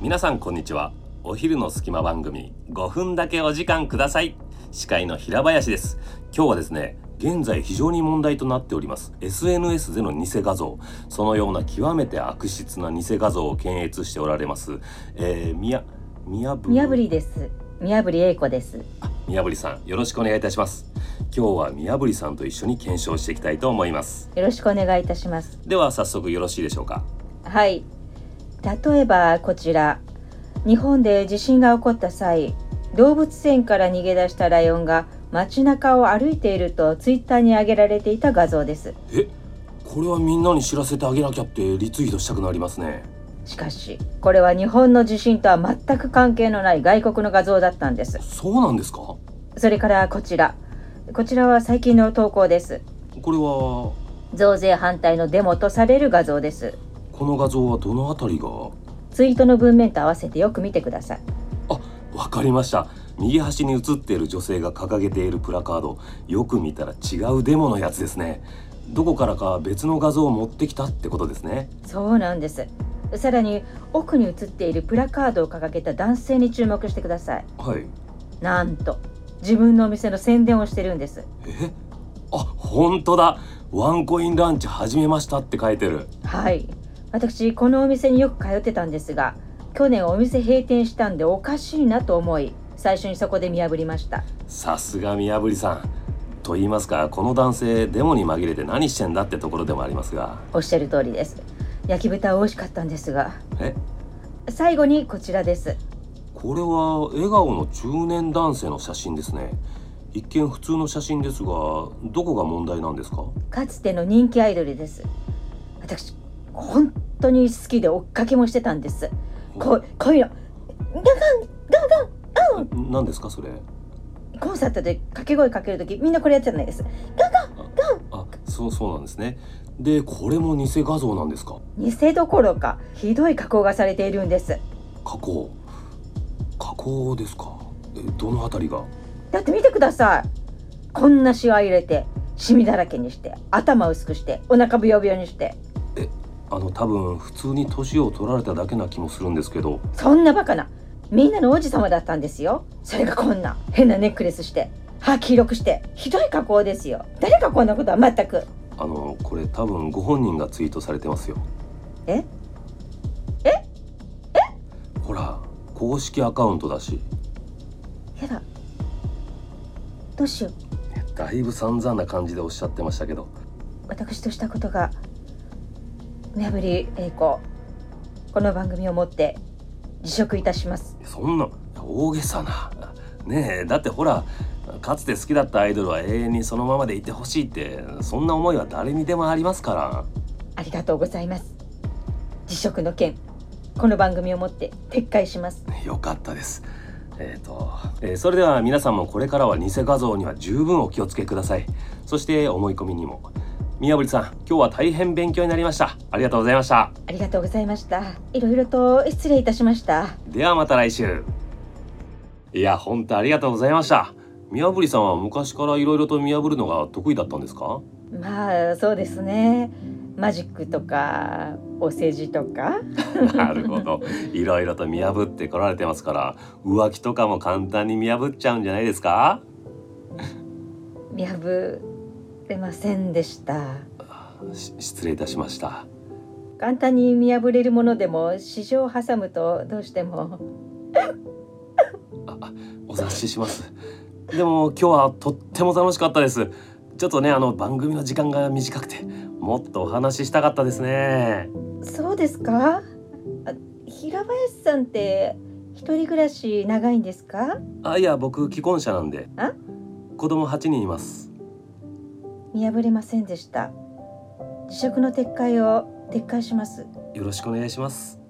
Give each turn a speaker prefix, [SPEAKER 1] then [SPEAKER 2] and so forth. [SPEAKER 1] 皆さんこんにちはお昼の隙間番組5分だけお時間ください司会の平林です今日はですね現在非常に問題となっております SNS での偽画像そのような極めて悪質な偽画像を検閲しておられます、えー、宮宮部
[SPEAKER 2] 宮ぶりです。宮ぶり英子です。
[SPEAKER 1] 宮ぶりさんよろしくお願いいたします今日は宮ぶりさんと一緒に検証していきたいと思います
[SPEAKER 2] よろしくお願いいたします。
[SPEAKER 1] では早速よろしいでしょうか
[SPEAKER 2] はい。例えばこちら、日本で地震が起こった際、動物園から逃げ出したライオンが街中を歩いているとツイッターに上げられていた画像です。
[SPEAKER 1] えこれはみんなに知らせてあげなきゃってリツイートしたくなりますね
[SPEAKER 2] しかし、これは日本の地震とは全く関係のない外国の画像だったんです。
[SPEAKER 1] そうなんですかこ
[SPEAKER 2] それからこちら、こちらは最近の投稿で
[SPEAKER 1] れ
[SPEAKER 2] す。
[SPEAKER 1] は
[SPEAKER 2] 増税反対のデモとされる画像です。
[SPEAKER 1] この画像はどのあたりが
[SPEAKER 2] ツイートの文面と合わせてよく見てください。
[SPEAKER 1] わかりました右端に写っている女性が掲げているプラカードよく見たら違うデモのやつですねどこからか別の画像を持ってきたってことですね
[SPEAKER 2] そうなんですさらに奥に写っているプラカードを掲げた男性に注目してください
[SPEAKER 1] はい
[SPEAKER 2] なんと自分のお店の宣伝をしてるんです
[SPEAKER 1] えあ本当だワンコインランチ始めましたって書いてる
[SPEAKER 2] はい私このお店によく通ってたんですが去年お店閉店したんでおかしいなと思い最初にそこで見破りました
[SPEAKER 1] さすが宮ぶりさんと言いますかこの男性デモに紛れて何してんだってところでもありますが
[SPEAKER 2] おっしゃる通りです焼き豚は美味しかったんですが
[SPEAKER 1] え
[SPEAKER 2] 最後にこちらです
[SPEAKER 1] これは笑顔の中年男性の写真ですね一見普通の写真ですがどこが問題なんですか
[SPEAKER 2] かつての人気アイドルです私本当に好きで追っかけもしてたんですこうこういうの
[SPEAKER 1] 何ですかそれ
[SPEAKER 2] コンサートで掛け声かけるときみんなこれやってたんです
[SPEAKER 1] あそうそうなんですねでこれも偽画像なんですか
[SPEAKER 2] 偽どころかひどい加工がされているんです
[SPEAKER 1] 加工加工ですかえどのあたりが
[SPEAKER 2] だって見てくださいこんなシワ入れてシミだらけにして頭薄くしてお腹ブヨブヨにして
[SPEAKER 1] あの多分普通に年を取られただけな気もするんですけど
[SPEAKER 2] そんなバカなみんなの王子様だったんですよそれがこんな変なネックレスして歯黄色くしてひどい加工ですよ誰がこんなことは全く
[SPEAKER 1] あのこれ多分ご本人がツイートされてますよ
[SPEAKER 2] え
[SPEAKER 1] ほら公式アカウントだし
[SPEAKER 2] やだどうしよう
[SPEAKER 1] だいぶ散々な感じでおっしゃってましたけど
[SPEAKER 2] 私としたことが宮ぶり英子この番組をもって辞職いたします
[SPEAKER 1] そんな大げさなねえだってほらかつて好きだったアイドルは永遠にそのままでいてほしいってそんな思いは誰にでもありますから
[SPEAKER 2] ありがとうございます辞職の件この番組をもって撤回します
[SPEAKER 1] よかったです。えーとえーそれでは皆さんもこれからは偽画像には十分お気をつけくださいそして思い込みにも宮堀さん今日は大変勉強になりましたありがとうございました
[SPEAKER 2] ありがとうございましたいろいろと失礼いたしました
[SPEAKER 1] ではまた来週いや本当ありがとうございました宮堀さんは昔からいろいろと見破るのが得意だったんですか
[SPEAKER 2] まあそうですねマジックとかお世辞とか
[SPEAKER 1] なるほどいろいろと見破ってこられてますから浮気とかも簡単に見破っちゃうんじゃないですか
[SPEAKER 2] 見破れませんでした
[SPEAKER 1] し失礼いたしました
[SPEAKER 2] 簡単に見破れるものでも市場を挟むとどうしても
[SPEAKER 1] お察ししますでも今日はとっても楽しかったですちょっとねあの番組の時間が短くてもっとお話ししたかったですね
[SPEAKER 2] そうですか。あ平林さんって一人暮らし長いんですか。
[SPEAKER 1] あいや僕既婚者なんで
[SPEAKER 2] あ
[SPEAKER 1] 子供8人います
[SPEAKER 2] 見破れませんでした。辞職の撤回を撤回します。
[SPEAKER 1] よろしくお願いします